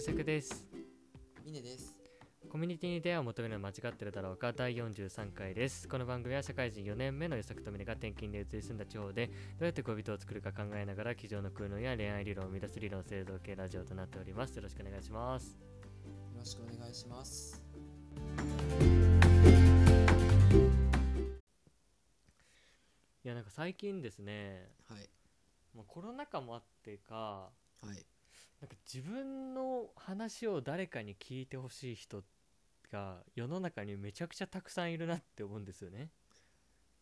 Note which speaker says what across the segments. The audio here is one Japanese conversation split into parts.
Speaker 1: 作です
Speaker 2: ミネです。
Speaker 1: コミュニティに出会いを求めるのは間違ってるだろうか第43回ですこの番組は社会人4年目の予測とミネが転勤で移り住んだ地方でどうやって恋人を作るか考えながら机上の空論や恋愛理論を生み出す理論製造系ラジオとなっておりますよろしくお願いします
Speaker 2: よろしくお願いします。
Speaker 1: いやなんか最近ですね
Speaker 2: はい。
Speaker 1: もうコロナ禍もあってか
Speaker 2: はい。
Speaker 1: なんか自分の話を誰かに聞いてほしい人が世の中にめちゃくちゃたくさんいるなって思うんですよね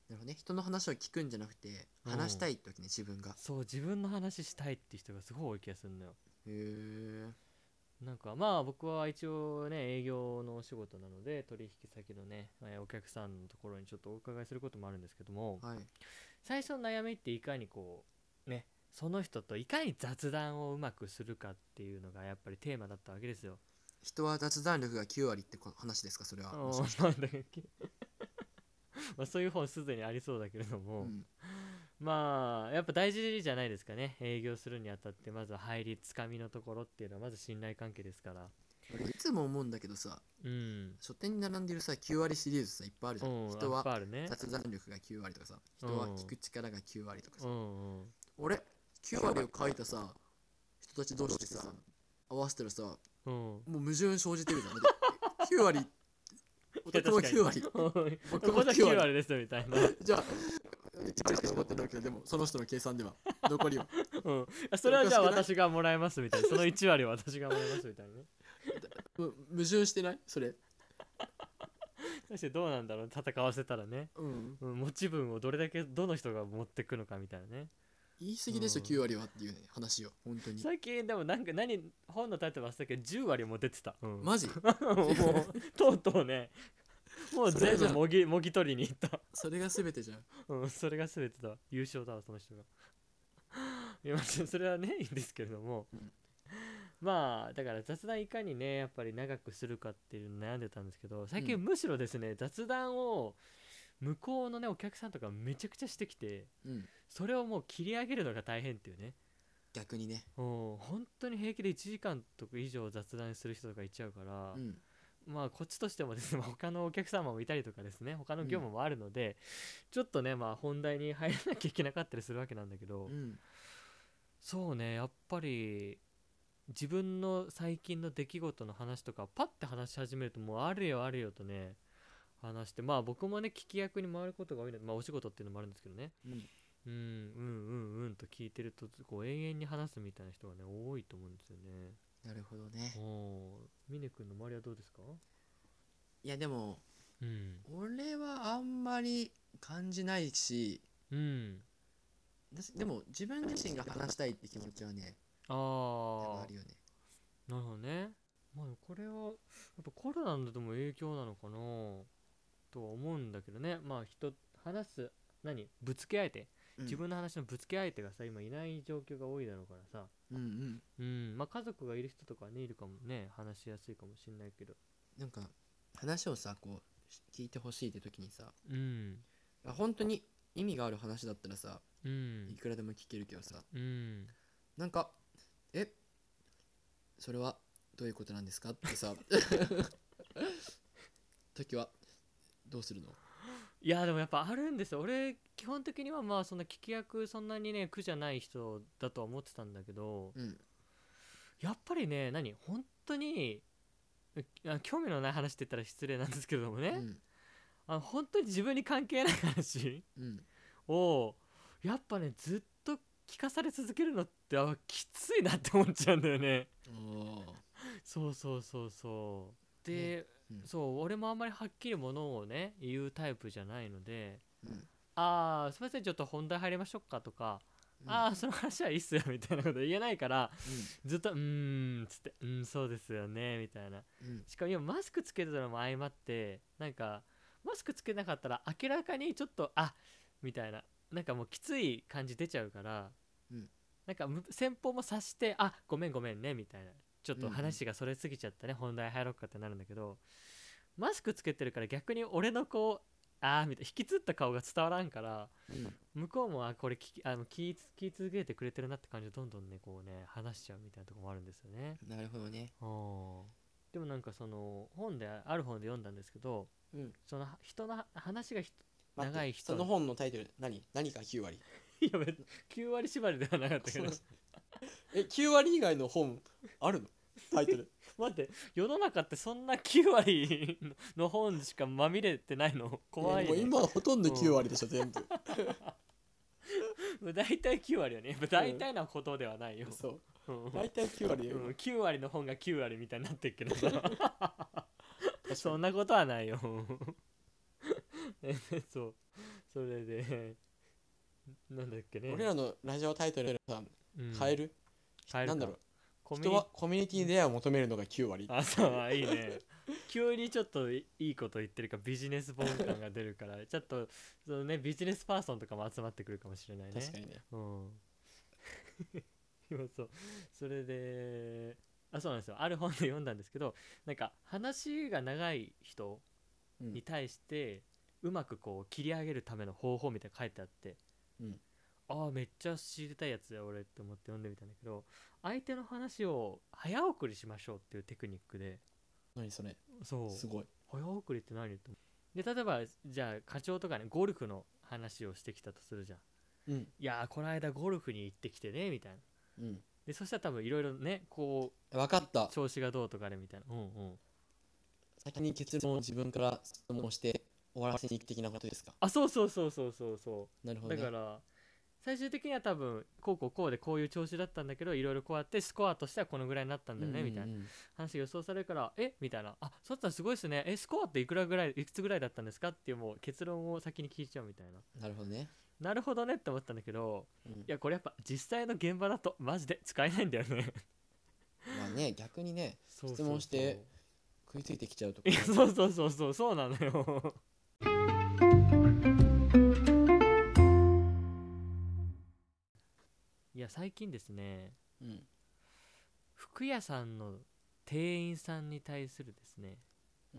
Speaker 2: なるほどね。人の話を聞くんじゃなくて、
Speaker 1: うん
Speaker 2: 話したい時ね、自分が。
Speaker 1: そう自分の話したいって人がすごい多い気がするのよ
Speaker 2: へえ。
Speaker 1: なんかまあ僕は一応ね営業のお仕事なので取引先のね、えーお客さんのところにちょっとお伺いすることもあるんですけども
Speaker 2: はい。
Speaker 1: 最初の悩みっていかにこうねその人といかに雑談をうまくするかっていうのがやっぱりテーマだったわけですよ。
Speaker 2: 人は雑談力が9割ってこ話ですか、それは。もしかして
Speaker 1: うんなんだっけ まあそういう本すでにありそうだけれども、
Speaker 2: うん
Speaker 1: まあやっぱ大事じゃないですかね営業するにあたってまずは入りつかみのところっていうのはまず信頼関係ですから。
Speaker 2: 俺いつも思うんだけどさ、
Speaker 1: うん
Speaker 2: 書店に並んでるさ、9割シリーズさ、いっぱいあるじゃ
Speaker 1: うん
Speaker 2: ん。
Speaker 1: い
Speaker 2: 人
Speaker 1: っぱい
Speaker 2: は
Speaker 1: あるね
Speaker 2: 雑談力が9割とかさ、人は聞く力が9割とか
Speaker 1: う
Speaker 2: さ。
Speaker 1: んうん
Speaker 2: 俺、9割を書いたさ、人たち同士でさ、合わせたらさ、も
Speaker 1: うん
Speaker 2: う矛盾生じてるじゃん。だって9割、 男は9割。
Speaker 1: ここだけ9割ですみたいな、
Speaker 2: じゃあ、一番残ってるわけでも、その人の計算 では、残りは。
Speaker 1: うん、それはじゃあ私がもらえますみたい なその1割は私がもらえますみたいなね
Speaker 2: む矛盾してないそれ。
Speaker 1: そしてどうなんだろう戦わせたらね、
Speaker 2: うん。
Speaker 1: うん、持ち分をどれだけどの人が持ってくのかみたいなね
Speaker 2: 言い過ぎでしょ、
Speaker 1: うん
Speaker 2: 9割はっていうね、話を、本当に。
Speaker 1: 最近でもなんか何本のタイトル忘れたけど10割も出てた、うん、
Speaker 2: マジ
Speaker 1: もうとうとうねもう
Speaker 2: それ
Speaker 1: 全
Speaker 2: じ
Speaker 1: 部
Speaker 2: ゃん
Speaker 1: もぎもぎ取りに行った
Speaker 2: それが全てじゃん。
Speaker 1: うん、それが全てだ優勝だわその人が いやまあそそれはねいいんですけれども、
Speaker 2: うん
Speaker 1: まあだから雑談いかにねやっぱり長くするかっていうの悩んでたんですけど最
Speaker 2: う
Speaker 1: 近
Speaker 2: ん
Speaker 1: むしろですね、雑談を向こうのねお客さんとかめちゃくちゃしてきて
Speaker 2: うん。
Speaker 1: それをもう切り上げるのが大変っていうね
Speaker 2: 逆にね。
Speaker 1: うん本当に平気で1時間とか以上雑談する人とかいっちゃうから
Speaker 2: う、ん。
Speaker 1: まあこっちとしてもですねまあ 他のお客様もいたりとかですね他の業務もあるので、ちょっとねまあ本題に入らなきゃいけなかったりするわけなんだけど、
Speaker 2: うん。
Speaker 1: そうねやっぱり自分の最近の出来事の話とかパッて話し始めるともうあるよあるよとね話してまあ僕もね聞き役に回ることが多いので、まあ、お仕事っていうのもあるんですけどね
Speaker 2: うん。
Speaker 1: うんうんうんうんと聞いてるとこう永遠に話すみたいな人がね多いと思うんですよね。
Speaker 2: なるほどね。
Speaker 1: おー峰君の周りはどうですか
Speaker 2: いや、でも、
Speaker 1: うん、
Speaker 2: 俺はあんまり感じないし、
Speaker 1: うん、
Speaker 2: だしでも、自分自身が話したいって気持ちはね、
Speaker 1: あ
Speaker 2: やっ
Speaker 1: ー
Speaker 2: ぱあるよね。
Speaker 1: なるほどね。まあこれはやっぱコロナでも影響なのかなとは思うんだけどね。まあ人話す何ぶつけ相手
Speaker 2: うん
Speaker 1: 自分の話のぶつけ相手がさ今いない状況が多いだろうからさ。
Speaker 2: うんうん。
Speaker 1: うんまあ家族がいる人とかはねいるかもね話しやすいかもしんないけど。
Speaker 2: なんか、話をさ、こう、聞いてほしいって時にさ、
Speaker 1: うん
Speaker 2: あ本当に意味がある話だったらさ、
Speaker 1: う
Speaker 2: い
Speaker 1: ん
Speaker 2: くらでも聞けるけどさ
Speaker 1: うん。
Speaker 2: なんか「えそれはどういうことなんですか?」ってさ時はどうするの
Speaker 1: いやでもやっぱあるんですよ俺基本的にはまあそんな聞き役そんなにね苦じゃない人だとは思ってたんだけど、
Speaker 2: うん
Speaker 1: やっぱりね何本当にうあ興味のない話って言ったら失礼なんですけれどもね、
Speaker 2: うん
Speaker 1: あの本当に自分に関係ない話
Speaker 2: うん
Speaker 1: をやっぱねずっと聞かされ続けるのってあきついなって思っちゃうんだよね。
Speaker 2: おー
Speaker 1: そうそうそうそうで、
Speaker 2: ねうん
Speaker 1: そう俺もあんまりはっきりものをね言うタイプじゃないので
Speaker 2: うん
Speaker 1: 「ああすいませんちょっと本題入りましょうか」とか「ああその話はいいっすよ」みたいなこと言えないからずっと「うーん」っつって「うんそうですよね」みたいな
Speaker 2: うんうん
Speaker 1: しかも今マスクつけてたのも相まってなんかマスクつけなかったら明らかにちょっとあみたいななんかもうきつい感じ出ちゃうから、
Speaker 2: うん
Speaker 1: なんかむ先方も察してあごめんごめんねみたいなちょっ
Speaker 2: う
Speaker 1: と
Speaker 2: んうん
Speaker 1: 話がそれすぎちゃったね、本題入ろうかってなるんだけどマスクつけてるから逆に俺のこうあーみたいな引きつった顔が伝わらんから
Speaker 2: うん
Speaker 1: 向こうもあこれ聞きあの聞い聞き続けてくれてるなって感じでどんどんねこうね話しちゃうみたいなとこもあるんですよね
Speaker 2: なるほどね
Speaker 1: あでもなんかその本である本で読んだんですけど、
Speaker 2: うん
Speaker 1: その人の話がひ
Speaker 2: 待って
Speaker 1: 長い人
Speaker 2: その本のタイトル何何か9割
Speaker 1: いや別に9割縛りではなかったけど
Speaker 2: そうえ9割以外の本あるのタイトル
Speaker 1: 待って世の中ってそんな9割の本しかまみれてないの 怖い、
Speaker 2: もう
Speaker 1: ね、
Speaker 2: 今はほとんど9割でしょ全部
Speaker 1: 大体9割よねやっぱ大体なことではないよ、
Speaker 2: そう
Speaker 1: うん
Speaker 2: 大体9割で、
Speaker 1: うん、9割の本が9割みたいになってるけど さ
Speaker 2: 確
Speaker 1: そ
Speaker 2: か
Speaker 1: ん
Speaker 2: に
Speaker 1: なことはないよえ そうそれでなんだっけね
Speaker 2: 俺らのラジオタイトルさ
Speaker 1: うん
Speaker 2: 変える、
Speaker 1: 変える
Speaker 2: なんだ
Speaker 1: か
Speaker 2: ろう
Speaker 1: コミュニ
Speaker 2: 人はコミュニティに出会いを求めるのが9割
Speaker 1: あそうあいいね急にちょっといいいこと言ってるからビジネス本感が出るからちょっとそのねビジネスパーソンとかも集まってくるかもしれないね
Speaker 2: 確かにね
Speaker 1: うん 今そうそれであそうなんですよある本で読んだんですけどなんか話が長い人
Speaker 2: うん
Speaker 1: に対してうまくこう切り上げるための方法みたいなの書いてあって、
Speaker 2: うん
Speaker 1: ああめっちゃ知りたいやつだ俺って思って読んでみたんだけど相手の話を早送りしましょうっていうテクニックで
Speaker 2: 何それ
Speaker 1: そう
Speaker 2: すごい
Speaker 1: 早送りって何ってで例えばじゃあ課長とかねゴルフの話をしてきたとするじゃん
Speaker 2: うん
Speaker 1: いやーこの間ゴルフに行ってきてねみたいな
Speaker 2: うん
Speaker 1: でそしたら多分いろいろねこ
Speaker 2: 分かった
Speaker 1: う調子がどうとかねみたいなうんうん
Speaker 2: 先に結論を自分から質問して終わらせに行く的なことですか
Speaker 1: あそうそうそうそうそうそう
Speaker 2: なるほど
Speaker 1: だ
Speaker 2: ね
Speaker 1: から最終的には多分こうこうこうでこういう調子だったんだけどいろいろこうやってスコアとしてはこのぐらいになったんだよねみたいな
Speaker 2: な
Speaker 1: 話が予想されるからえみたいなあそったらすごいですねえスコアっていくらぐらいいくつぐらいだったんですかっていうもう結論を先に聞いちゃうみたいな
Speaker 2: なるほどね
Speaker 1: なるほどねって思ったんだけど
Speaker 2: うん
Speaker 1: いやこれやっぱ実際の現場だとマジで使えないんだよね
Speaker 2: まあね逆にね
Speaker 1: そうそうそう
Speaker 2: 質問して食いついてきちゃうとか
Speaker 1: いやそうそうそうそうそうなのよいや最近ですね
Speaker 2: うん
Speaker 1: 服屋さんの店員さんに対するですね、
Speaker 2: うん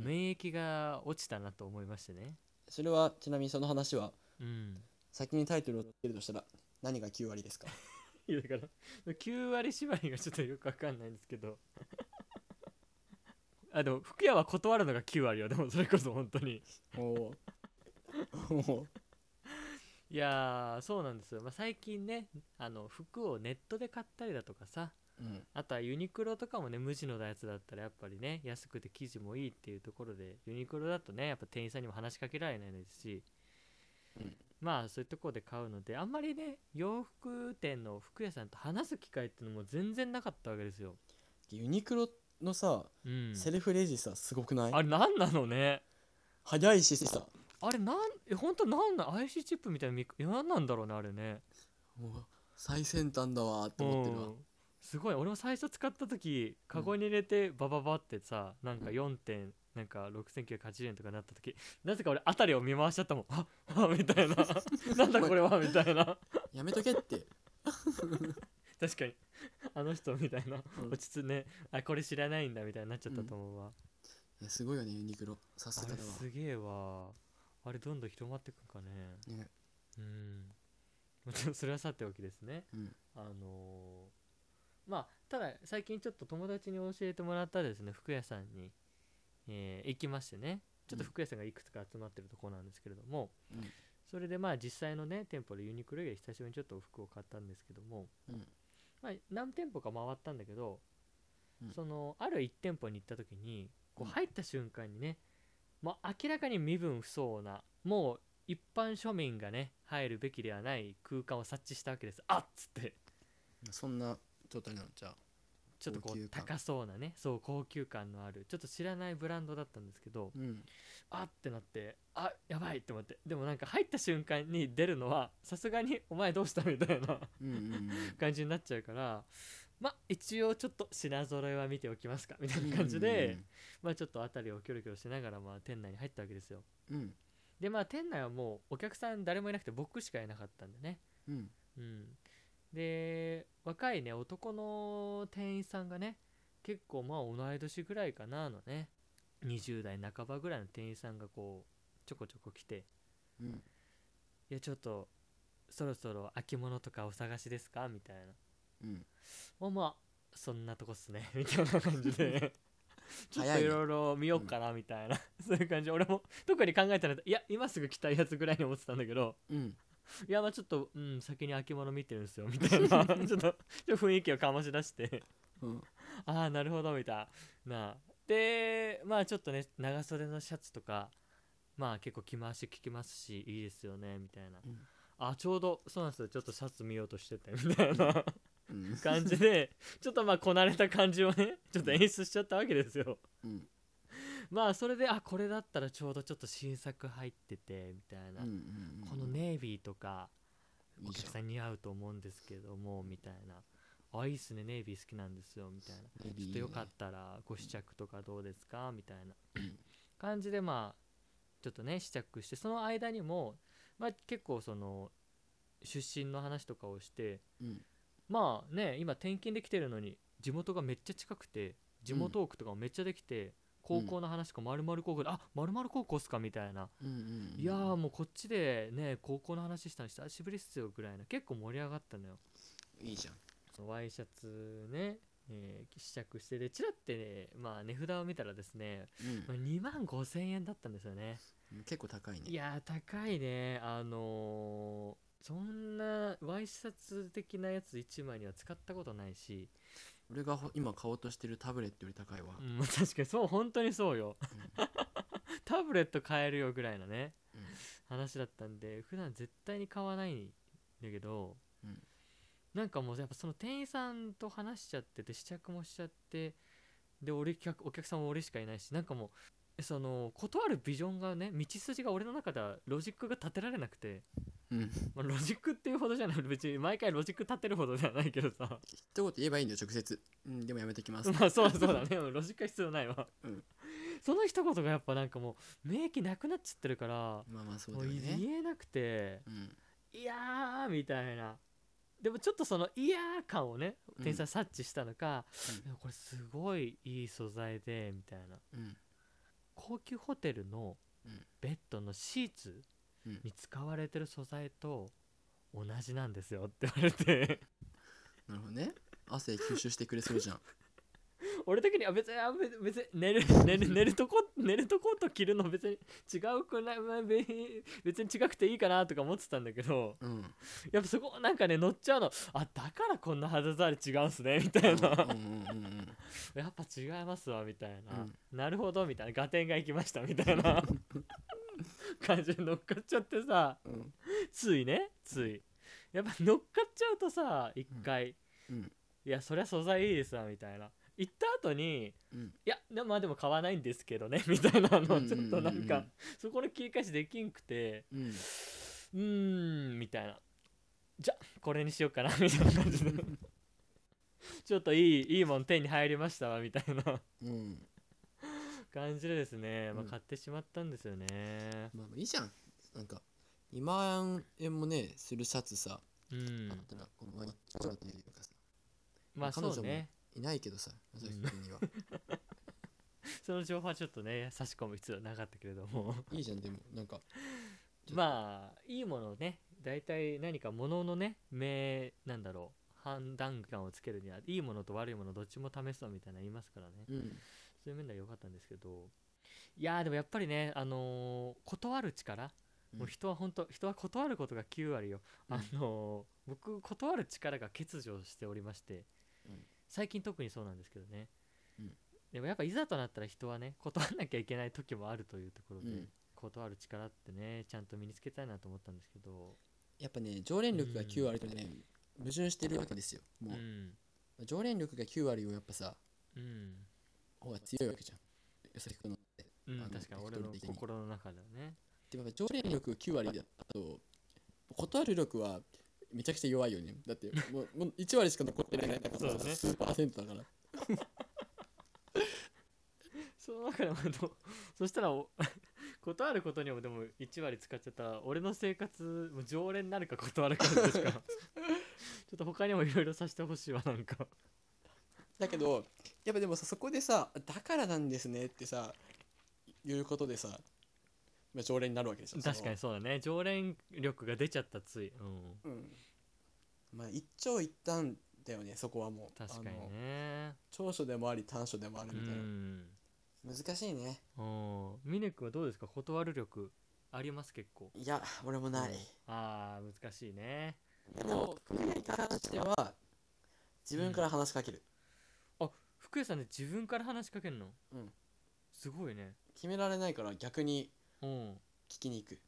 Speaker 1: 免疫が落ちたなと思いましてね
Speaker 2: それはちなみにその話は
Speaker 1: うん
Speaker 2: 先にタイトルをつけるとしたら何が9割で すか
Speaker 1: いやだから9割縛りがちょっとよくわかんないんですけどあでも服屋は断るのが9割よでもそれこそ本当に
Speaker 2: おおも
Speaker 1: いやーそうなんですよ、まあ、最近ねあの服をネットで買ったりだとかさ
Speaker 2: う、うん、
Speaker 1: あとはユニクロとかもね無地のやつだったらやっぱりね安くて生地もいいっていうところでユニクロだとねやっぱ店員さんにも話しかけられないですし、
Speaker 2: うん
Speaker 1: まあそういうところで買うのであんまりね洋服店の服屋さんと話す機会っていうのも全然なかったわけですよ。
Speaker 2: ユニクロのさ、
Speaker 1: うん、
Speaker 2: セルフレジさすごくない
Speaker 1: あれ何なのね
Speaker 2: 早いしさ
Speaker 1: あれなんえ本当なんなん IC チップみたいなみ何なんだろうねあれね。
Speaker 2: もう最先端だわーって思ってるわ
Speaker 1: うんすごい俺も最初使った時カゴに入れてバババってさ、なんか4点なんか6980円とかなった時なぜか俺辺りを見回しちゃったもん ああみたい ななんだこれはみたいな
Speaker 2: やめとけって
Speaker 1: 確かにあの人みたいな
Speaker 2: うん
Speaker 1: 落ち着ねあこれ知らないんだみたいになっちゃったと思うわ、
Speaker 2: いやすごいよねユニクロさす
Speaker 1: あ
Speaker 2: が
Speaker 1: れ
Speaker 2: だわ
Speaker 1: すげえわあれどんどん広まってくんかね
Speaker 2: ね
Speaker 1: うん それはさておきですね
Speaker 2: うん
Speaker 1: あのーまあただ最近ちょっと友達に教えてもらったですね服屋さんに、えー行きましてねちょっと
Speaker 2: うん
Speaker 1: 服屋さんがいくつか集まってるところなんですけれども、
Speaker 2: うん
Speaker 1: それでまあ実際のね店舗でユニクロより久しぶりにちょっと服を買ったんですけども、
Speaker 2: うん
Speaker 1: まあ、何店舗か回ったんだけど、
Speaker 2: うん
Speaker 1: そのある1店舗に行った時にこ
Speaker 2: う
Speaker 1: うん入った瞬間にね、まあ、明らかに身分不相応なもう一般庶民がね入るべきではない空間を察知したわけですあっつって
Speaker 2: そんな状態なのじゃあ
Speaker 1: ちょっとこ
Speaker 2: 高級
Speaker 1: う
Speaker 2: 感
Speaker 1: 高そうなねそう高級感のあるちょっと知らないブランドだったんですけど
Speaker 2: うん
Speaker 1: あってなってあやばいって思ってでもなんか入った瞬間に出るのはさすがに「お前どうした?」みたいな
Speaker 2: うんうんうん
Speaker 1: 感じになっちゃうからまあ一応ちょっと品揃えは見ておきますかみたいな感じでまあちょっと辺りをキョロキョロしながらまあ店内に入ったわけですよ
Speaker 2: うん
Speaker 1: でまあ店内はもうお客さん誰もいなくて僕しかいなかったんでね
Speaker 2: うん
Speaker 1: うん、で若いね男の店員さんがね結構まあ同い年ぐらいかなのね20代半ばぐらいの店員さんがこうちょこちょこ来て
Speaker 2: うん
Speaker 1: 「いやちょっとそろそろ秋物とかお探しですか?」みたいな
Speaker 2: うん
Speaker 1: 「まあまあそんなとこっすね」 みたいな感じ でちょっ
Speaker 2: 早
Speaker 1: とい
Speaker 2: いね
Speaker 1: ろいろ見ようかなみたいな、そういう感じ俺も特に考えたらいや今すぐ来たいやつぐらいに思ってたんだけど
Speaker 2: うん
Speaker 1: いやまあちょっと、うん、先に秋物見てるんですよみ たいな ちょっとちょっと雰囲気をかまし出して
Speaker 2: うん
Speaker 1: ああなるほどみたいなでまあちょっとね長袖のシャツとかまあ結構着回し効きますしいいですよねみたいな、
Speaker 2: うん
Speaker 1: あちょうどそうなんですよちょっとシャツ見ようとしててみたい な
Speaker 2: うん
Speaker 1: 感じでちょっとまあこなれた感じをねちょっと演出しちゃったわけですよ
Speaker 2: うん
Speaker 1: まあそれであこれだったらちょうどちょっと新作入っててみたいな、
Speaker 2: うん
Speaker 1: このネイビーとか
Speaker 2: い
Speaker 1: お
Speaker 2: いじ
Speaker 1: 客
Speaker 2: ゃん
Speaker 1: さん似合うと思うんですけどもみたいなあいいっすねネイビー好きなんですよみたいな
Speaker 2: ネイ
Speaker 1: ちょっ
Speaker 2: ビーいい
Speaker 1: と
Speaker 2: ね
Speaker 1: よかったらご試着とかどうですかみたい な感じでまあちょっとね試着してその間にもまあ結構その出身の話とかをして
Speaker 2: うん
Speaker 1: まあね今転勤できてるのに地元がめっちゃ近くて地元トークとかもめっちゃできて高校の話とか丸々高校で「あ丸々高校っすか」みたいな
Speaker 2: うんうんうん
Speaker 1: いやーもうこっちでね高校の話したの久しぶりっすよぐらいな結構盛り上がったのよ
Speaker 2: いいじゃん
Speaker 1: そのワイシャツね、えー試着してでチラって、ね、まあ値札を見たらですね、まあ、2万5千円だったんですよね
Speaker 2: うん結構高いね
Speaker 1: いやー高いねあのーそんなワイシャツ的なやつ1枚には使ったことないし、
Speaker 2: 俺がほ今買おうとしてるタブレットより高いわ
Speaker 1: うん、確かにそう本当にそうよ
Speaker 2: う
Speaker 1: タブレット買えるよぐらいのね
Speaker 2: んうん
Speaker 1: 話だったんで普段絶対に買わないんだけど、
Speaker 2: うん
Speaker 1: なんかもうやっぱその店員さんと話しちゃってて試着もしちゃってで俺客お客さんも俺しかいないしなんかもうその断るビジョンがね道筋が俺の中ではロジックが立てられなくて、
Speaker 2: うん
Speaker 1: まあ、ロジックっていうほどじゃない別に毎回ロジック立てるほどではないけどさ
Speaker 2: 一言言えばいいんだよ直接、うん、でもやめときます
Speaker 1: まあそうそうだねもうロジックは必要ないわ、
Speaker 2: うん
Speaker 1: その一言がやっぱなんかもう免疫なくなっちゃってるから
Speaker 2: まあまあそう
Speaker 1: も
Speaker 2: だ
Speaker 1: う
Speaker 2: よね
Speaker 1: 言えなくて
Speaker 2: うん
Speaker 1: いやーみたいなでもちょっとその「いやー」感をね
Speaker 2: うん
Speaker 1: 店員さん察知したのか、
Speaker 2: うん
Speaker 1: でもこれすごいいい素材でみたいな
Speaker 2: うん
Speaker 1: 高級ホテルの
Speaker 2: うん
Speaker 1: ベッドのシーツ
Speaker 2: うん
Speaker 1: に使われてる素材と同じなんですよって言われて
Speaker 2: なるほどね汗吸収してくれそうじゃん
Speaker 1: 俺的には別にあ別別に寝 る寝る寝るとこ寝るとこと着るの別に違うくないまあべ別に違くていいかなとか思ってたんだけど
Speaker 2: うん、うん
Speaker 1: やっぱそこなんかね乗っちゃうのあだからこんな肌触り違うんすねみた
Speaker 2: う
Speaker 1: い
Speaker 2: ん
Speaker 1: な。
Speaker 2: うんうん
Speaker 1: やっぱ違いますわみたいな、
Speaker 2: うん
Speaker 1: なるほどみたいな合点がいきましたみたいな感じで乗っかっちゃってさ
Speaker 2: うんうん
Speaker 1: ついねついやっぱ乗っかっちゃうとさ一回、
Speaker 2: うん
Speaker 1: いやそりゃ素材いいですわみたいな言った後に
Speaker 2: うん
Speaker 1: いやでもまあでも買わないんですけどね みたいなのちょ
Speaker 2: う
Speaker 1: っ
Speaker 2: んうんうんうん
Speaker 1: となんかそこの切り返しできんくて
Speaker 2: うん
Speaker 1: うーんみたいなじゃこれにしようかな みたいな感じでちょっといいいいもん手に入りましたわみたいな
Speaker 2: うん
Speaker 1: 感じでですね、まあ
Speaker 2: うん
Speaker 1: 買ってしまったんですよね、
Speaker 2: まあまあいいじゃんなんか2万円もねするシャツさ、
Speaker 1: うん
Speaker 2: あったらこの割り切らというかさ
Speaker 1: まあ
Speaker 2: 彼女
Speaker 1: そうね
Speaker 2: いないけどさ朝日君には、
Speaker 1: その情報はちょっとね差し込む必要はなかったけれど も
Speaker 2: いいじゃんでもなんかちょっと
Speaker 1: まあいいものをね大体何かもののね名なんだろう判断感をつけるにはいいものと悪いものどっちも試すのみたいなの言いますからね、
Speaker 2: うん
Speaker 1: そういう面では良かったんですけどいやーでもやっぱりねあのー断る力
Speaker 2: うん
Speaker 1: もう人は本当人は断ることが9割よ、
Speaker 2: う
Speaker 1: あ
Speaker 2: ん
Speaker 1: のー僕断る力が欠如しておりまして、
Speaker 2: うん
Speaker 1: 最近特にそうなんですけどね、
Speaker 2: うん
Speaker 1: でもやっぱいざとなったら人はね断らなきゃいけない時もあるというところで、
Speaker 2: うん
Speaker 1: 断る力ってねちゃんと身につけたいなと思ったんですけど、
Speaker 2: やっぱね常連力が9割とね、矛盾してるわけですよ
Speaker 1: う
Speaker 2: もう、
Speaker 1: ん
Speaker 2: 常連力が9割をやっぱさ
Speaker 1: うん
Speaker 2: 方が強いわけじゃん朝日君のって
Speaker 1: うん
Speaker 2: あの
Speaker 1: 確かに俺の
Speaker 2: 一人的に
Speaker 1: 心の中ではね
Speaker 2: でもやっぱ常連力9割だと断る力はめちゃくちゃ弱いよね だってもうもう1割しか残ってないから
Speaker 1: そうだね
Speaker 2: 数パーセントだから
Speaker 1: その中でもどうそしたらお断ることにもでも1割使っちゃったら俺の生活もう常連になるか断るかで しかちょっと他にもいろいろさせてほしいわなんか
Speaker 2: だけどやっぱでもさそこでさだからなんですねってさ言うことでさまあ、常連になるわけでしょその
Speaker 1: 確かにそうだね常連力が出ちゃったついうん
Speaker 2: うんまあ一長一短だよねそこはもう
Speaker 1: 確か
Speaker 2: あの
Speaker 1: にね
Speaker 2: 長所でもあり短所でもある
Speaker 1: う
Speaker 2: みたいな、
Speaker 1: ん
Speaker 2: 難しいね
Speaker 1: おミネ君はどうですか断る力あります結構
Speaker 2: いや俺もない、
Speaker 1: あー難しいね
Speaker 2: でも福井に関しては自分から話しかける、
Speaker 1: 福江さんで自分から話しかけるの
Speaker 2: うん
Speaker 1: すごいね
Speaker 2: 決められないから逆に
Speaker 1: うん
Speaker 2: 聞きに行く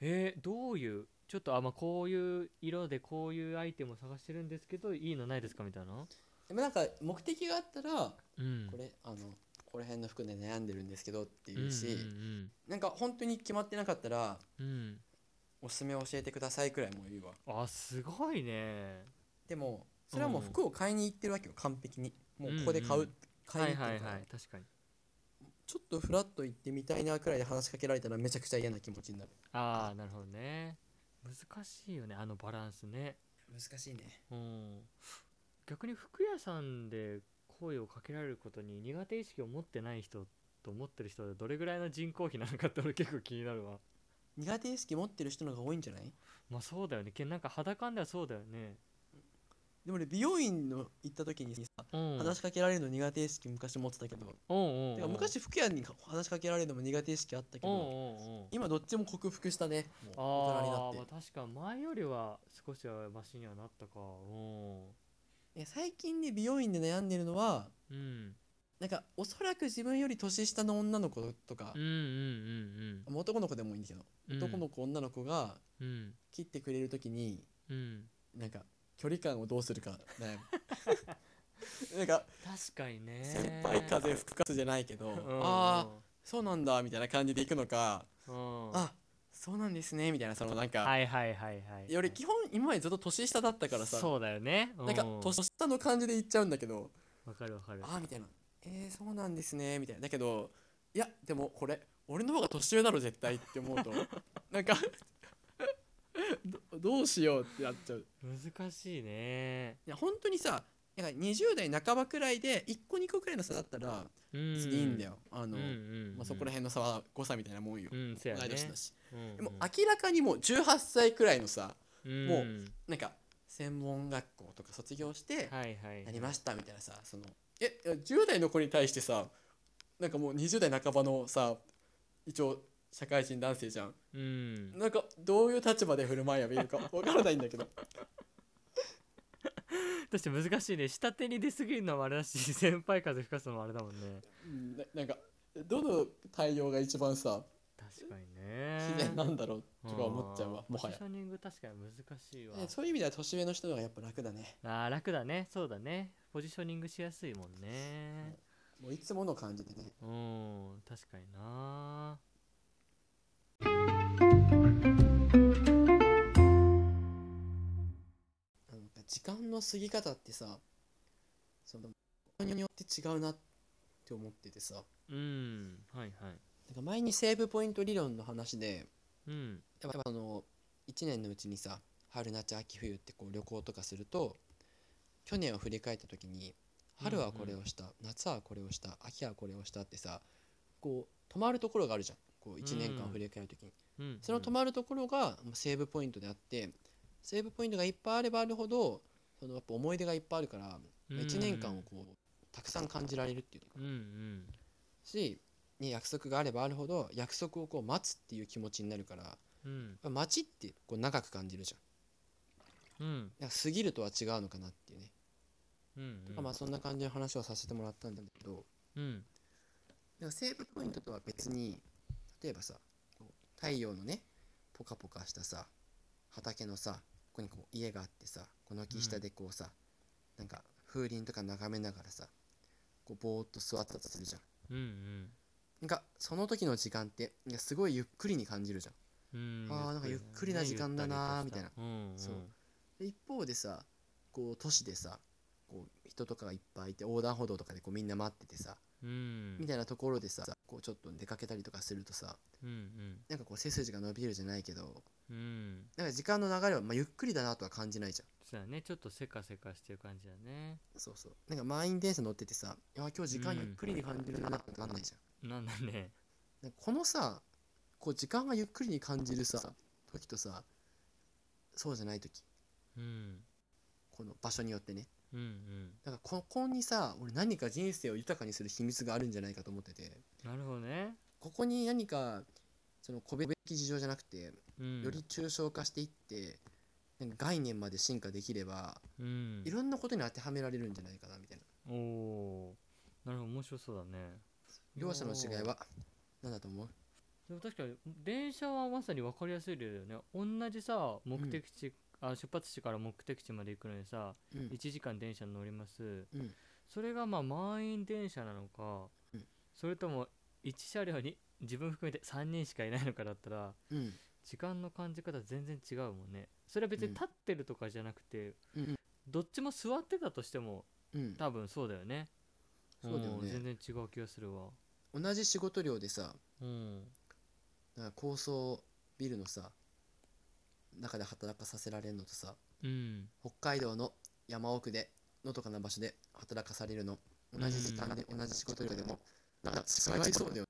Speaker 1: えー、どういうちょっとあ、まあ、こういう色でこういうアイテムを探してるんですけどいいのないですかみたいな
Speaker 2: でもなんか目的があったら、
Speaker 1: うん
Speaker 2: これあのここら辺の服で悩んでるんですけどって
Speaker 1: う
Speaker 2: 言
Speaker 1: ん
Speaker 2: うし、
Speaker 1: うん
Speaker 2: なんか本当に決まってなかったら
Speaker 1: うん、うん、
Speaker 2: おすすめ教えてくださいくらいも言うわ
Speaker 1: あすごいね
Speaker 2: でもそれはもう
Speaker 1: うん
Speaker 2: 服を買いに行ってるわけよ完璧にもうここで買う、
Speaker 1: うんうん
Speaker 2: 買い
Speaker 1: はいはい
Speaker 2: に行ってるから、
Speaker 1: はい確かに
Speaker 2: ちょっとフラッと行ってみたいなくらいで話しかけられたらめちゃくちゃ嫌な気持ちになる
Speaker 1: ああなるほどね難しいよねあのバランスね
Speaker 2: 難しいね
Speaker 1: うん逆に服屋さんで声をかけられることに苦手意識を持ってない人と持ってる人でどれぐらいの人口比なのかって俺結構気になるわ
Speaker 2: 苦手意識持ってる人の方が多いんじゃない
Speaker 1: まあそうだよねけなんか肌感ではそうだよね
Speaker 2: でも俺美容院の行った時にさ、
Speaker 1: うん
Speaker 2: 話しかけられるの苦手意識昔持ってたけど、
Speaker 1: うんうん
Speaker 2: てか昔服屋に話しかけられるのも苦手意識あったけ
Speaker 1: うんう
Speaker 2: ど、
Speaker 1: んうん
Speaker 2: 今どっちも克服したねもう
Speaker 1: あ
Speaker 2: 大人にな
Speaker 1: ーまあ
Speaker 2: って
Speaker 1: 確か前よりは少しはマシにはなったかうん
Speaker 2: え最近ね美容院で悩んでるのは
Speaker 1: うん
Speaker 2: なんかおそらく自分より年下の女の子とか
Speaker 1: うんう、ん
Speaker 2: まあ男の子でもいいんだけど、
Speaker 1: うんうん
Speaker 2: 男の子女の子が
Speaker 1: うん
Speaker 2: 切ってくれる時に
Speaker 1: うん
Speaker 2: なんか距離感をどうするか悩 むなんか
Speaker 1: 確かにね
Speaker 2: 先輩風吹く風じゃないけど、
Speaker 1: うん
Speaker 2: ああそうなんだみたいな感じで行くのか、
Speaker 1: うん
Speaker 2: あそうなんですねみたいなそのなんか、
Speaker 1: はいはいはいはい
Speaker 2: より基本今までずっと年下だったからさ
Speaker 1: そうだよね
Speaker 2: なんか
Speaker 1: う
Speaker 2: 年下の感じで言っちゃうんだけど、
Speaker 1: わかるわかる
Speaker 2: ああみたいなえー、そうなんですねみたいなだけどいやでもこれ俺の方が年上だろ絶対って 思うとなんかどどうしようってなっちゃう
Speaker 1: 難しいね
Speaker 2: いや本当にさなんか20代半ばくらいで1個2個くらいの差だったら
Speaker 1: うん
Speaker 2: 別にいいんだよ、あの、まあ、そこら
Speaker 1: 辺
Speaker 2: 辺の差は誤差みたいなもんよ、
Speaker 1: うんそうや
Speaker 2: 同
Speaker 1: ね
Speaker 2: い年だし、
Speaker 1: で
Speaker 2: でも明らかにもう18歳くらいのさも
Speaker 1: う
Speaker 2: う
Speaker 1: ん
Speaker 2: なんか専門学校とか卒業して
Speaker 1: はいはい
Speaker 2: なりましたみたいなさそのえいや10代の子に対してさなんかもう20代半ばのさ一応社会人男性じゃん
Speaker 1: うん
Speaker 2: なんかどういう立場で振る舞いを見るかわからないんだけど
Speaker 1: 確かに難しいね下手に出過ぎるのもあれだし先輩風吹かすのもあれだもんね
Speaker 2: うんななんかどの対応が一番さ
Speaker 1: 確かにね
Speaker 2: 自然なんだろうとか思っちゃうわ
Speaker 1: ん
Speaker 2: もは
Speaker 1: ポジ
Speaker 2: や
Speaker 1: ショニング確かに難しいわ
Speaker 2: えそういう意味では年上の人の方がやっぱ楽だね
Speaker 1: あー楽だねそうだねポジショニングしやすいもんね
Speaker 2: もういつもの感じでね
Speaker 1: うん確かにな
Speaker 2: なんか時間の過ぎ方ってさその人によって違うなって思っててさ
Speaker 1: うんはいはい
Speaker 2: なんか前にセーブポイント理論の話で
Speaker 1: うん
Speaker 2: やっぱその1年のうちにさ春夏秋冬ってこう旅行とかすると去年を振り返った時に春はこれをした、夏はこれをした秋はこれをしたってさこう止まるところがあるじゃんこう1年間を振り返る時に、
Speaker 1: うん
Speaker 2: その止まるところがもうセーブポイントであってセーブポイントがいっぱいあればあるほどそのやっぱ思い出がいっぱいあるから1年間をこうたくさん感じられるっていう
Speaker 1: うんうん
Speaker 2: し、ね、約束があればあるほど約束をこう待つっていう気持ちになるから
Speaker 1: うん
Speaker 2: まあ待ちってこう長く感じるじゃん
Speaker 1: うん
Speaker 2: だから過ぎるとは違うのかなっていうね、
Speaker 1: うん
Speaker 2: とかまあそんな感じの話をさせてもらったんだけど
Speaker 1: うん
Speaker 2: でもセーブポイントとは別に例えばさこう太陽のねポカポカしたさ畑のさここにこう家があってさこの木下でこうさ、なんか風鈴とか眺めながらさこうぼーっと座ってたとするじゃん
Speaker 1: うん
Speaker 2: なんかその時の時間ってなんかすごいゆっくりに感じるじゃん
Speaker 1: うん
Speaker 2: あーなんかゆっくりな時間だなーみたいな
Speaker 1: うん
Speaker 2: そうで一方でさこう都市でさこう人とかがいっぱいいて横断歩道とかでこうみんな待っててさ、
Speaker 1: うん
Speaker 2: みたいなところでさこうちょっと出かけたりとかするとさ
Speaker 1: うん
Speaker 2: なんかこう背筋が伸びるじゃないけど
Speaker 1: うんうん
Speaker 2: なんか時間の流れは、まあ、ゆっくりだなとは感じないじゃ
Speaker 1: そうだねちょっとせかせかしてる感じだね
Speaker 2: んそうそうなんか満員電車乗っててさいや今日時間ゆっくりに感じるなってなんないじゃん,、
Speaker 1: なんだね
Speaker 2: なんかこのさこう時間がゆっくりに感じるさ時とさそうじゃない時
Speaker 1: うん
Speaker 2: この場所によってね
Speaker 1: うんうん
Speaker 2: だからここにさ俺何か人生を豊かにする秘密があるんじゃないかと思ってて
Speaker 1: なるほどね
Speaker 2: ここに何かその個別的事情じゃなくて
Speaker 1: うん
Speaker 2: より抽象化していって、なんか概念まで進化できれば
Speaker 1: うん
Speaker 2: いろんなことに当てはめられるんじゃないかなみたいな
Speaker 1: おおーなるほど面白そうだね
Speaker 2: 両者の違いは何だと思う
Speaker 1: でも確かに電車はまさに分かりやすい例だよね同じさ目的地、あ出発地から目的地まで行くのにさ
Speaker 2: うん
Speaker 1: 1時間電車に乗ります
Speaker 2: うん
Speaker 1: それがまあ満員電車なのか、
Speaker 2: うん
Speaker 1: それとも1車両に自分含めて3人しかいないのかだったら
Speaker 2: うん
Speaker 1: 時間の感じ方全然違うもんねそれは別に
Speaker 2: うん
Speaker 1: 立ってるとかじゃなくて、
Speaker 2: うんうん
Speaker 1: どっちも座ってたとしても
Speaker 2: うん
Speaker 1: 多分そうだよね
Speaker 2: そうだよ
Speaker 1: ん全
Speaker 2: ね
Speaker 1: 然違う気がするわ
Speaker 2: 同じ仕事量でさ
Speaker 1: うん
Speaker 2: だから高層ビルのさ中で働かさせられるのとさ
Speaker 1: うん
Speaker 2: 北海道の山奥でのどかな場所で働かされるの同じ時間で同じ仕事量でもなんか違いそうだよ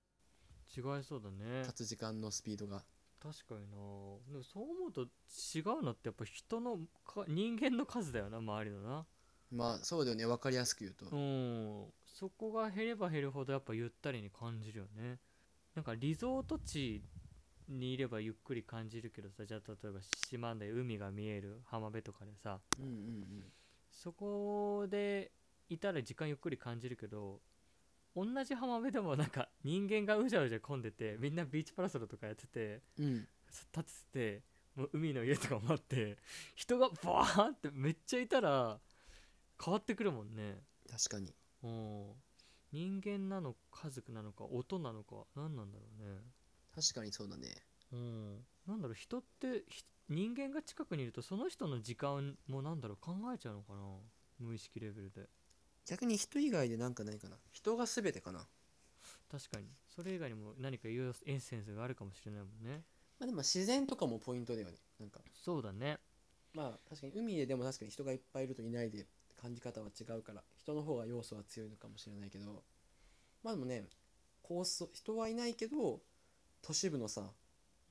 Speaker 1: 違いそうだね
Speaker 2: 立つ時間のスピードが
Speaker 1: 確かになでもそう思うと違うのってやっぱ人のか人間の数だよな周りのな
Speaker 2: まあそうだよね分かりやすく言うと
Speaker 1: うんそこが減れば減るほどやっぱゆったりに感じるよねなんかリゾート地にいればゆっくり感じるけどさじゃあ例えば島で海が見える浜辺とかでさ
Speaker 2: うんうんうん
Speaker 1: そこでいたら時間ゆっくり感じるけど同じ浜辺でもなんか人間がうじゃうじゃ混んでてみんなビーチパラソルとかやってて
Speaker 2: うん
Speaker 1: 立っててもう海の家とかもあって人がバーンってめっちゃいたら変わってくるもんね
Speaker 2: 確かに
Speaker 1: うん人間なのか家族なのか音なのか何なんだろうね
Speaker 2: 確かにそうだね
Speaker 1: うんなんだろう人ってひ人間が近くにいるとその人の時間もなんだろう考えちゃうのかな無意識レベルで
Speaker 2: 逆に人以外でなんかないかな人が全てかな
Speaker 1: 確かにそれ以外にも何かいうエッセンスがあるかもしれないもんね
Speaker 2: まあでも自然とかもポイントだよねなんか
Speaker 1: そうだね
Speaker 2: まあ確かに海ででも確かに人がいっぱいいるといないで感じ方は違うから人の方が要素は強いのかもしれないけどまあでもね高層人はいないけど都市部のさ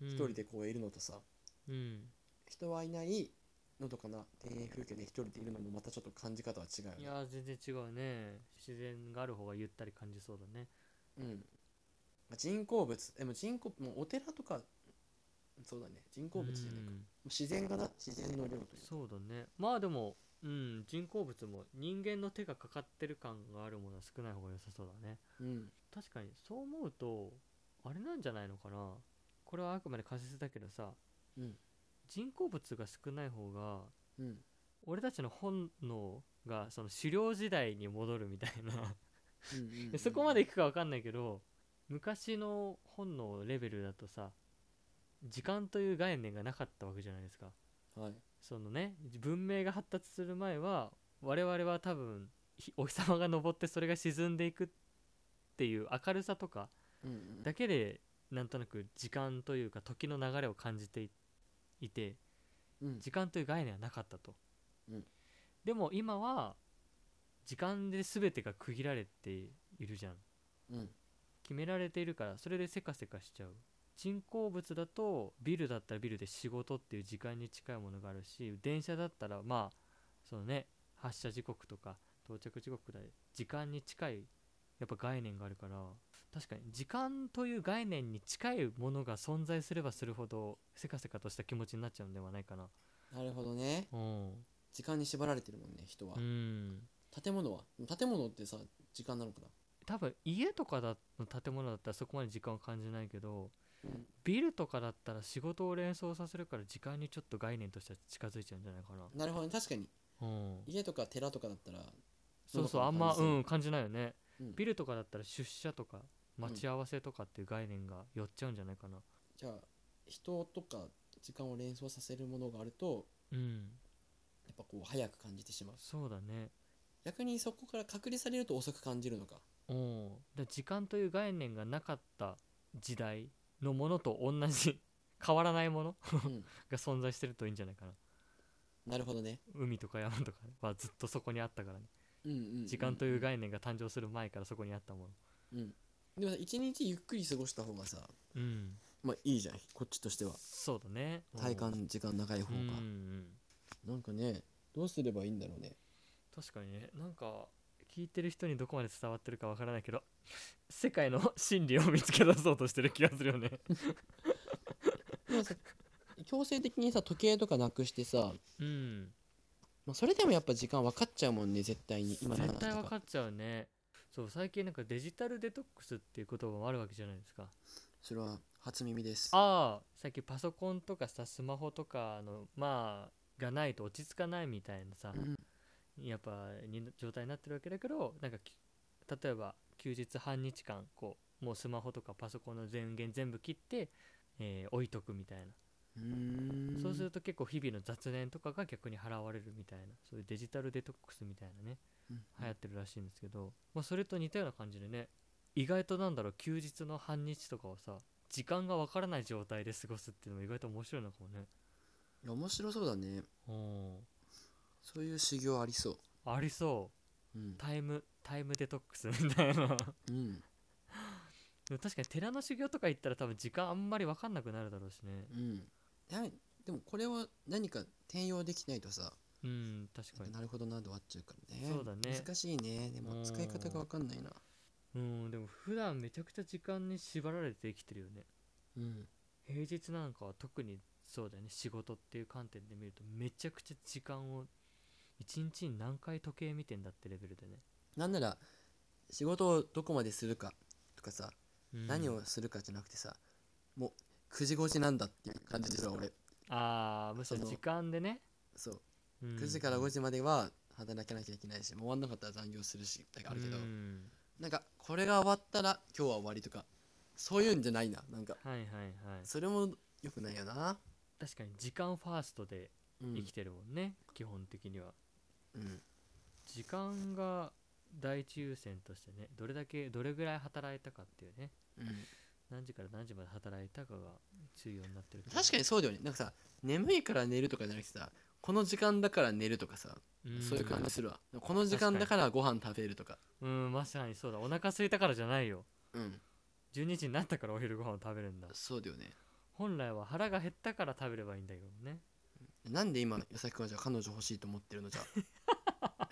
Speaker 1: 一
Speaker 2: 一人でこういるのとさ、
Speaker 1: うん、
Speaker 2: 人はいないのどかな庭園風景で一人でいるのもまたちょっと感じ方は違うよ
Speaker 1: い
Speaker 2: ね
Speaker 1: やー全然違うね自然がある方がゆったり感じそうだね
Speaker 2: うんまあ人工物でも人工もうお寺とかそうだね人工物じゃないか
Speaker 1: うん
Speaker 2: 自然がな自然の量という
Speaker 1: そうだねまあでもうん人工物も人間の手がかかってる感があるものは少ない方が良さそうだね
Speaker 2: うん
Speaker 1: 確かにそう思うとあれなんじゃないのかなこれはあくまで仮説だけどさ、
Speaker 2: うん
Speaker 1: 人工物が少ない方が
Speaker 2: うん
Speaker 1: 俺たちの本能がその狩猟時代に戻るみたいな
Speaker 2: うんう
Speaker 1: で
Speaker 2: ん
Speaker 1: そこまでいくか分かんないけど昔の本能レベルだとさ時間という概念がなかったわけじゃないですか
Speaker 2: はい
Speaker 1: そのね文明が発達する前は我々は多分ひお日様が昇ってそれが沈んでいくっていう明るさとか
Speaker 2: うんうん
Speaker 1: だけでなんとなく時間というか時の流れを感じていいて
Speaker 2: うん
Speaker 1: 時間という概念はなかったと、
Speaker 2: うん
Speaker 1: でも今は時間で全てが区切られているじゃん
Speaker 2: うん
Speaker 1: 決められているからそれでせかせかしちゃう人工物だとビルだったらビルで仕事っていう時間に近いものがあるし電車だったらまあそのね発車時刻とか到着時刻だ時間に近いやっぱ概念があるから確かに時間という概念に近いものが存在すればするほどせかせかとした気持ちになっちゃうんではないかな
Speaker 2: なるほどね
Speaker 1: うん
Speaker 2: 時間に縛られてるもんね人は
Speaker 1: うん
Speaker 2: 建物は建物ってさ時間なのかな
Speaker 1: 多分家とかだの建物だったらそこまで時間を感じないけど
Speaker 2: うん
Speaker 1: ビルとかだったら仕事を連想させるから時間にちょっと概念としては近づいちゃうんじゃないかな、
Speaker 2: なるほどね確かに
Speaker 1: うん、
Speaker 2: 家とか寺とかだったら
Speaker 1: そうそうあんまうん感じないよね、
Speaker 2: うん
Speaker 1: ビルとかだったら出社とか待ち合わせとかっていう概念が寄っちゃうんじゃないかな
Speaker 2: じゃあ人とか時間を連想させるものがあると
Speaker 1: うん
Speaker 2: やっぱこう早く感じてしまう
Speaker 1: そうだね
Speaker 2: 逆にそこから隔離されると遅く感じるのか
Speaker 1: うんだ時間という概念がなかった時代のものと同じ 変わらないもの
Speaker 2: うん
Speaker 1: が存在してるといいんじゃないかな
Speaker 2: なるほどね
Speaker 1: 海とか山とかはずっとそこにあったからね
Speaker 2: うんうんうん
Speaker 1: 時間という概念が誕生する前からそこにあったもの
Speaker 2: うんでもさ一日ゆっくり過ごした方がさ
Speaker 1: うん
Speaker 2: まあいいじゃんこっちとしては
Speaker 1: そうだね
Speaker 2: 体感時間長い方
Speaker 1: うん
Speaker 2: が
Speaker 1: うんうん
Speaker 2: なんかねどうすればいいんだろうね
Speaker 1: 確かにねなんか聞いてる人にどこまで伝わってるかわからないけど世界の 真理を見つけ出そうとしてる気がするよね
Speaker 2: でもさ強制的にさ時計とかなくしてさ、
Speaker 1: うん
Speaker 2: まあ、それでもやっぱ時間分かっちゃうもんね絶対に今の話
Speaker 1: 絶
Speaker 2: とか
Speaker 1: 対分かっちゃうねそう最近なんかデジタルデトックスっていう言葉もあるわけじゃないですか
Speaker 2: それは初耳です
Speaker 1: ああ最近パソコンとかさスマホとかのまあがないと落ち着かないみたいなさ、
Speaker 2: うん
Speaker 1: やっぱに状態になってるわけだけどなんかき例えば休日半日間こうもうスマホとかパソコンの電源全部切って、えー置いとくみたいな、
Speaker 2: うーん
Speaker 1: そうすると結構日々の雑念とかが逆に払われるみたいなそういうデジタルデトックスみたいなね
Speaker 2: うん
Speaker 1: 流行ってるらしいんですけど、まあ、それと似たような感じでね意外となんだろう休日の半日とかをさ時間がわからない状態で過ごすっていうのも意外と面白いのかもね
Speaker 2: いや面白そうだね
Speaker 1: う
Speaker 2: そういう修行ありそ
Speaker 1: んありそう
Speaker 2: ううん、
Speaker 1: タイムタイムデトックスみたいな
Speaker 2: うん
Speaker 1: でも確かに寺の修行とか行ったら多分時間あんまり分かんなくなるだろうしね
Speaker 2: うん、やはりでもこれは何か転用できないとさ、
Speaker 1: うん確かに
Speaker 2: なるほどなで終わっちゃうからね
Speaker 1: そうだね
Speaker 2: 難しいねで
Speaker 1: う
Speaker 2: も
Speaker 1: ん
Speaker 2: 使い方が分かんないな
Speaker 1: うんでも普段めちゃくちゃ時間に縛られて生きてるよね
Speaker 2: うん
Speaker 1: 平日なんかは特にそうだよね仕事っていう観点で見るとめちゃくちゃ時間を一日に何回時計見てんだってレベルでね、
Speaker 2: なんなら仕事をどこまでするかとかさ、
Speaker 1: うん
Speaker 2: 何をするかじゃなくてさもう9時5時なんだっていう感じですわ俺
Speaker 1: ああむしろ
Speaker 2: その
Speaker 1: 時間でね、
Speaker 2: そう
Speaker 1: うん
Speaker 2: 9時から5時までは働かなきゃいけないしもう終わんなかったら残業するしみたいなのがあるけど、
Speaker 1: うん
Speaker 2: なんかこれが終わったら今日は終わりとかそういうんじゃないななんか
Speaker 1: はいはいはい
Speaker 2: それも良くないよな
Speaker 1: 確かに時間ファーストで
Speaker 2: うん
Speaker 1: 生きてるもんね、基本的には
Speaker 2: うん
Speaker 1: 時間が第一優先としてねどれだけどれぐらい働いたかっていうね
Speaker 2: うん
Speaker 1: 何時から何時まで働いたかが重要になってる
Speaker 2: 確かにそうだよねなんかさ眠いから寝るとかじゃなくてさこの時間だから寝るとかさ、
Speaker 1: に、ん
Speaker 2: そういう感じするわこの時間だからご飯食べるとか
Speaker 1: うんまさにそうだお腹空いたからじゃないよ
Speaker 2: うん
Speaker 1: 12時になったからお昼ご飯を食べるんだ
Speaker 2: そうだよね
Speaker 1: 本来は腹が減ったから食べればいいんだけどね
Speaker 2: なんで今よさきくんはじゃあ彼女欲しいと思ってるの じゃあ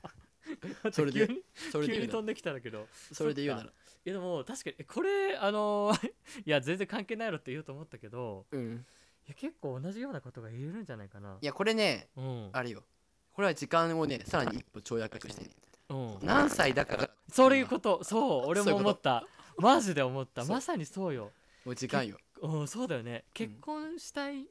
Speaker 1: そ
Speaker 2: そ
Speaker 1: れ
Speaker 2: れ
Speaker 1: で
Speaker 2: で
Speaker 1: 急に
Speaker 2: それ
Speaker 1: 急に
Speaker 2: で言うな
Speaker 1: 飛
Speaker 2: ら
Speaker 1: んできたんだけど
Speaker 2: それで言うな
Speaker 1: そ
Speaker 2: ら
Speaker 1: いやでも確かにえこれあのー いや全然関係ないろって言おうと思ったけど
Speaker 2: うん
Speaker 1: いや結構同じようなことが言えるんじゃないかない
Speaker 2: やこれね
Speaker 1: うん
Speaker 2: あれよこれは時間をねさらに一歩跳躍してね
Speaker 1: うん
Speaker 2: 何歳だから
Speaker 1: そういうことそう俺
Speaker 2: そう
Speaker 1: も
Speaker 2: いうこと
Speaker 1: 思ったマジで思った
Speaker 2: そう
Speaker 1: まさにそうよ
Speaker 2: もう時間よ
Speaker 1: うんそうだよね結婚したい、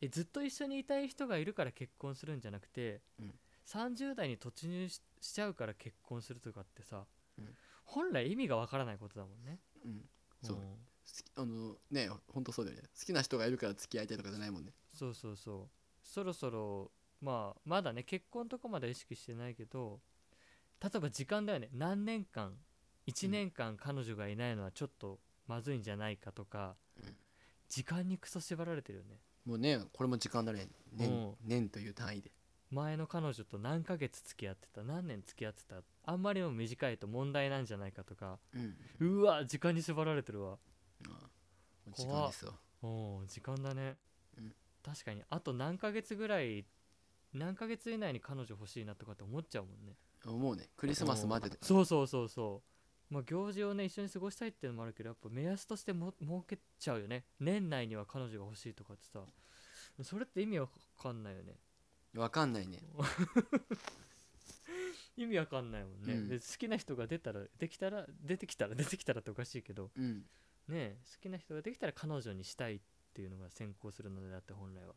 Speaker 1: えずっと一緒にいたい人がいるから結婚するんじゃなくて、
Speaker 2: うん
Speaker 1: 30代に突入ししちゃうから結婚するとかってさ、
Speaker 2: うん
Speaker 1: 本来意味がわからないことだもんね
Speaker 2: うんそう
Speaker 1: うん
Speaker 2: 好きあのねほんとそうだよね好きな人がいるから付き合いたいとかじゃないもんね
Speaker 1: そうそうそうそろそろまあまだね結婚とかまでは意識してないけど例えば時間だよね何年間1年間彼女がいないのはちょっとまずいんじゃないかとか、
Speaker 2: うん
Speaker 1: 時間にクソ縛られてるよね
Speaker 2: もうねこれも時間だね
Speaker 1: う
Speaker 2: 年
Speaker 1: ん
Speaker 2: 年という単位で
Speaker 1: 前の彼女と何ヶ月付き合ってた何年付き合ってたあんまりにも短いと問題なんじゃないかとか
Speaker 2: うん
Speaker 1: うわ時間に縛られてるわ
Speaker 2: 時間ですよ
Speaker 1: おー時間だね、
Speaker 2: うん
Speaker 1: 確かにあと何ヶ月ぐらい何ヶ月以内に彼女欲しいなとかって思っちゃうもんね
Speaker 2: もうねクリスマスまでで
Speaker 1: そうそうそうそうまあ行事をね一緒に過ごしたいっていうのもあるけどやっぱ目安としても設けちゃうよね年内には彼女が欲しいとかってさそれって意味わかんないよね
Speaker 2: わかんないね
Speaker 1: 意味わかんないもんね、
Speaker 2: うん
Speaker 1: で好きな人が出たらできたら出てきたら出てきたらっておかしいけど
Speaker 2: うん
Speaker 1: ねえ好きな人ができたら彼女にしたいっていうのが先行するのであって本来は、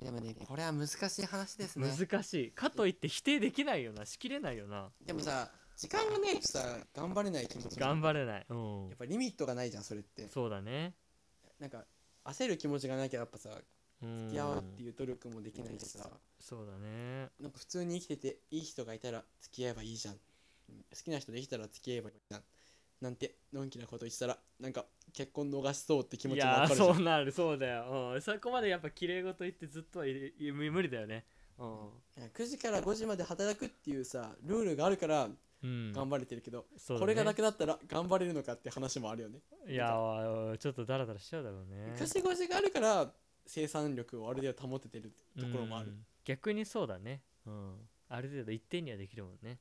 Speaker 2: いやでもねこれは難しい話ですね
Speaker 1: 難しいかといって否定できないよなしきれないよな
Speaker 2: でもさ時間がないとさ頑張れない気持ちも
Speaker 1: 頑張れない、うん
Speaker 2: やっぱリミットがないじゃんそれって
Speaker 1: そうだね
Speaker 2: なんか焦る気持ちがなきゃやっぱさ
Speaker 1: うん
Speaker 2: 付き合おうっていう努力もできないしさ
Speaker 1: そうだね
Speaker 2: なんか普通に生きてていい人がいたら付き合えばいいじゃんうん好きな人できたら付き合えばいいじゃんなんてのんきなこと言ってたらなんか結婚逃しそうって気持
Speaker 1: い
Speaker 2: ちもわか
Speaker 1: や
Speaker 2: る
Speaker 1: ー
Speaker 2: じゃん
Speaker 1: そうなるそうだよ、うん、そこまでやっぱ綺麗事言ってずっとはいれい無無理だよねうん
Speaker 2: 9時から5時まで働くっていうさルールがあるから
Speaker 1: うん、
Speaker 2: 頑張れてるけど、
Speaker 1: そうだね
Speaker 2: これがなくなったら頑張れるのかって話もあるよね
Speaker 1: いやーちょっとダラダラしちゃうだろうね
Speaker 2: 貸し越しがあるから生産力をある程度保ててるところもある、
Speaker 1: うん逆にそうだねうんある程度一定にはできるもんね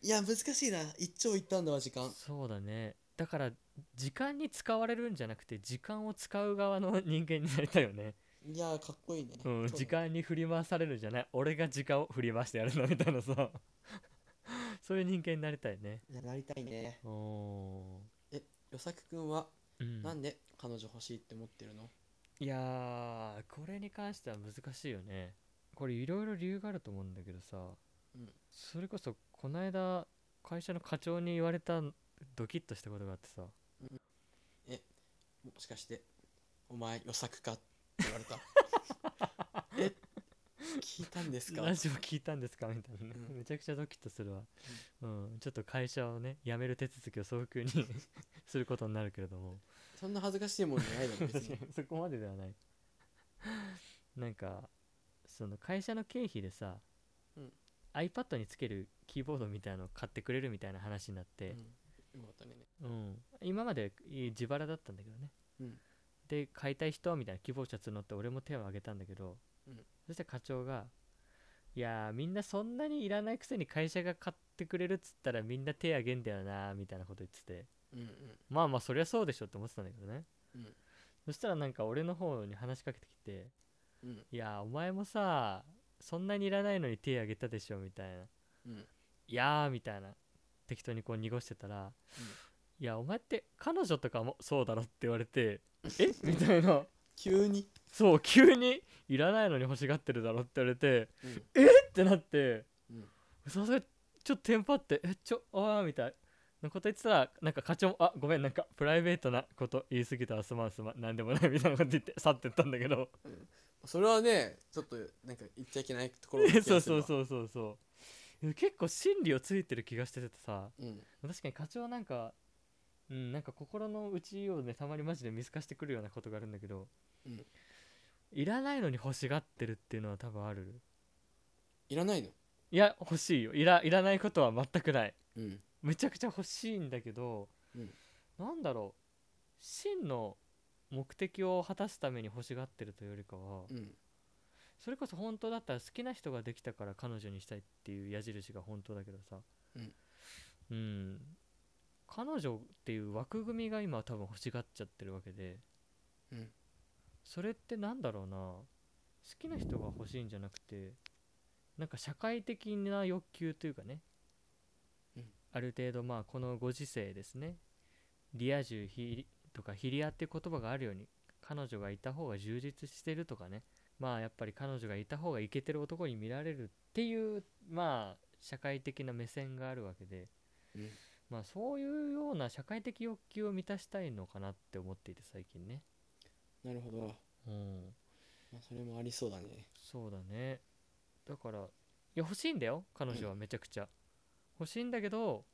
Speaker 2: いや難しいな一長一短だわ時間
Speaker 1: そうだねだから時間に使われるんじゃなくて時間を使う側の人間になりたいよね、
Speaker 2: いやーかっこいいね、
Speaker 1: うん、
Speaker 2: そう
Speaker 1: 時間に振り回されるんじゃない俺が時間を振り回してやるのみたいな さそういう人間になりたいね
Speaker 2: いやなりたいね
Speaker 1: おお
Speaker 2: え与作くんは
Speaker 1: ー、うん
Speaker 2: なんで彼女欲しいって思ってるの、
Speaker 1: いやーこれに関しては難しいよねこれいろいろ理由があると思うんだけどさ、
Speaker 2: うん
Speaker 1: それこそこの間会社の課長に言われたドキッとしたことがあってさ
Speaker 2: もしかしてお前与作かって言われた え聞いたんですか
Speaker 1: ラジオ聞いたんですかみたいなね、
Speaker 2: うん
Speaker 1: めちゃくちゃドキッとするわ、うんちょっと会社をね辞める手続きを早急に することになるけれども
Speaker 2: そんな恥ずかしいもんじゃないだろ 別に
Speaker 1: そこまでではないなんかその会社の経費でさ、
Speaker 2: うん
Speaker 1: iPad につけるキーボードみたいのを買ってくれるみたいな話になっ
Speaker 2: うん
Speaker 1: て、
Speaker 2: よかったね
Speaker 1: うん今までい自腹だったんだけどね、
Speaker 2: うん
Speaker 1: で買いたい人みたいな希望者募って俺も手を挙げたんだけど、
Speaker 2: うん
Speaker 1: そしたら課長が「いやーみんなそんなにいらないくせに会社が買ってくれるっつったらみんな手挙げんだよな」みたいなこと言ってて
Speaker 2: うんうん
Speaker 1: まあまあそりゃそうでしょって思ってたんだけどね
Speaker 2: うん
Speaker 1: そしたらなんか俺の方に話しかけてきて
Speaker 2: う
Speaker 1: 「
Speaker 2: ん
Speaker 1: いやーお前もさそんなにいらないのに手あげたでしょ」みたいな
Speaker 2: うん
Speaker 1: 「いやー」みたいな適当にこう濁してたら「いやお前って彼女とかもそうだろ」って言われて「えみたいな
Speaker 2: 急に、
Speaker 1: そう急に「いらないのに欲しがってるだろ」って言われて
Speaker 2: うん
Speaker 1: 「えっ!」てなって
Speaker 2: うん
Speaker 1: さすがにちょっとテンパって「えちょあー」みたいなこと言ってたらなんか課長も「あごめんなんかプライベートなこと言い過ぎたらすまんすまんなんでもない」みたいなこと言って去ってったんだけど
Speaker 2: それはねちょっとなんか言っちゃいけないところな気がする
Speaker 1: そう
Speaker 2: わ
Speaker 1: そうそうそうそう結構真理をついてる気がしててさ
Speaker 2: うん
Speaker 1: 確かに課長なんかうんなんか心の内をねたまにマジで見透かしてくるようなことがあるんだけど、
Speaker 2: うん
Speaker 1: いらないのに欲しがってるっていうのは多分ある
Speaker 2: いらないの
Speaker 1: いや欲しいよいらいらないことは全くない
Speaker 2: うん
Speaker 1: めちゃくちゃ欲しいんだけど、
Speaker 2: うん
Speaker 1: なんだろう真の目的を果たすために欲しがってるというよりかは、
Speaker 2: うん
Speaker 1: それこそ本当だったら好きな人ができたから彼女にしたいっていう矢印が本当だけどさ
Speaker 2: うん、
Speaker 1: うん彼女っていう枠組みが今多分欲しがっちゃってるわけで、
Speaker 2: うん
Speaker 1: それってなんだろうな好きな人が欲しいんじゃなくてなんか社会的な欲求というかね、
Speaker 2: うん
Speaker 1: ある程度まあこのご時世ですねリア充ヒリとかヒリアっていう言葉があるように彼女がいた方が充実してるとかねまあやっぱり彼女がいた方がイケてる男に見られるっていうまあ社会的な目線があるわけで、
Speaker 2: うん
Speaker 1: まあそういうような社会的欲求を満たしたいのかなって思っていて最近ね
Speaker 2: なるほど、
Speaker 1: うん
Speaker 2: まあ、それもありそうだね
Speaker 1: そうだねだからいや欲しいんだよ彼女はめちゃくちゃ、欲しいんだけど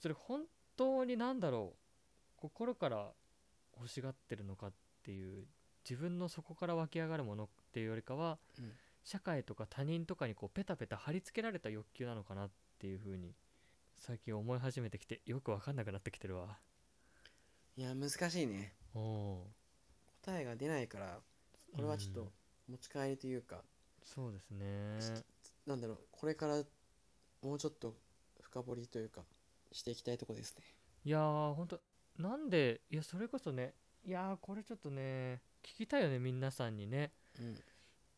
Speaker 1: それ本当に何だろう心から欲しがってるのかっていう自分の底から湧き上がるものっていうよりかは、
Speaker 2: うん
Speaker 1: 社会とか他人とかにこうペタペタ貼り付けられた欲求なのかなっていうふうに最近思い始めてきてよく分かんなくなってきてるわ
Speaker 2: いや難しいね
Speaker 1: お
Speaker 2: 答えが出ないからこれはちょっと持ち帰りというか、
Speaker 1: そうですね
Speaker 2: ちょっとなんだろうこれからもうちょっと深掘りというかしていきたいとこですね
Speaker 1: いやーほんとなんでいやそれこそねいやーこれちょっとね聞きたいよね皆さんにね
Speaker 2: うん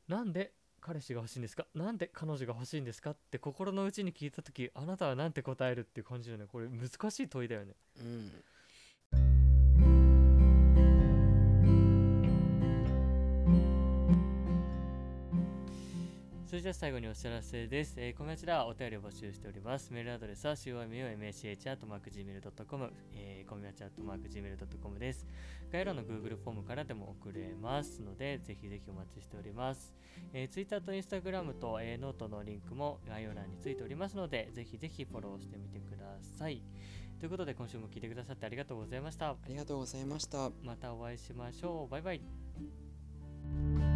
Speaker 1: なんで彼氏が欲しいんですかなんで彼女が欲しいんですかって心の内に聞いた時あなたはなんて答えるっていう感じだよねこれ難しい問いだよね
Speaker 2: うん
Speaker 1: それじゃあ最後にお知らせです。えー、こちらはお便りを募集しております。メールアドレスは comiumach.gmail.com、えー、comiumach.gmail.com です。概要欄の Google フォームからでも送れますので、ぜひぜひお待ちしております。えー、Twitter と Instagram と、えー、ノートのリンクも概要欄についておりますので、ぜひぜひフォローしてみてください。ということで、今週も聞いてくださってありがとうございました。
Speaker 2: ありがとうございました
Speaker 1: またお会いしましょう。バイバイ。
Speaker 2: 「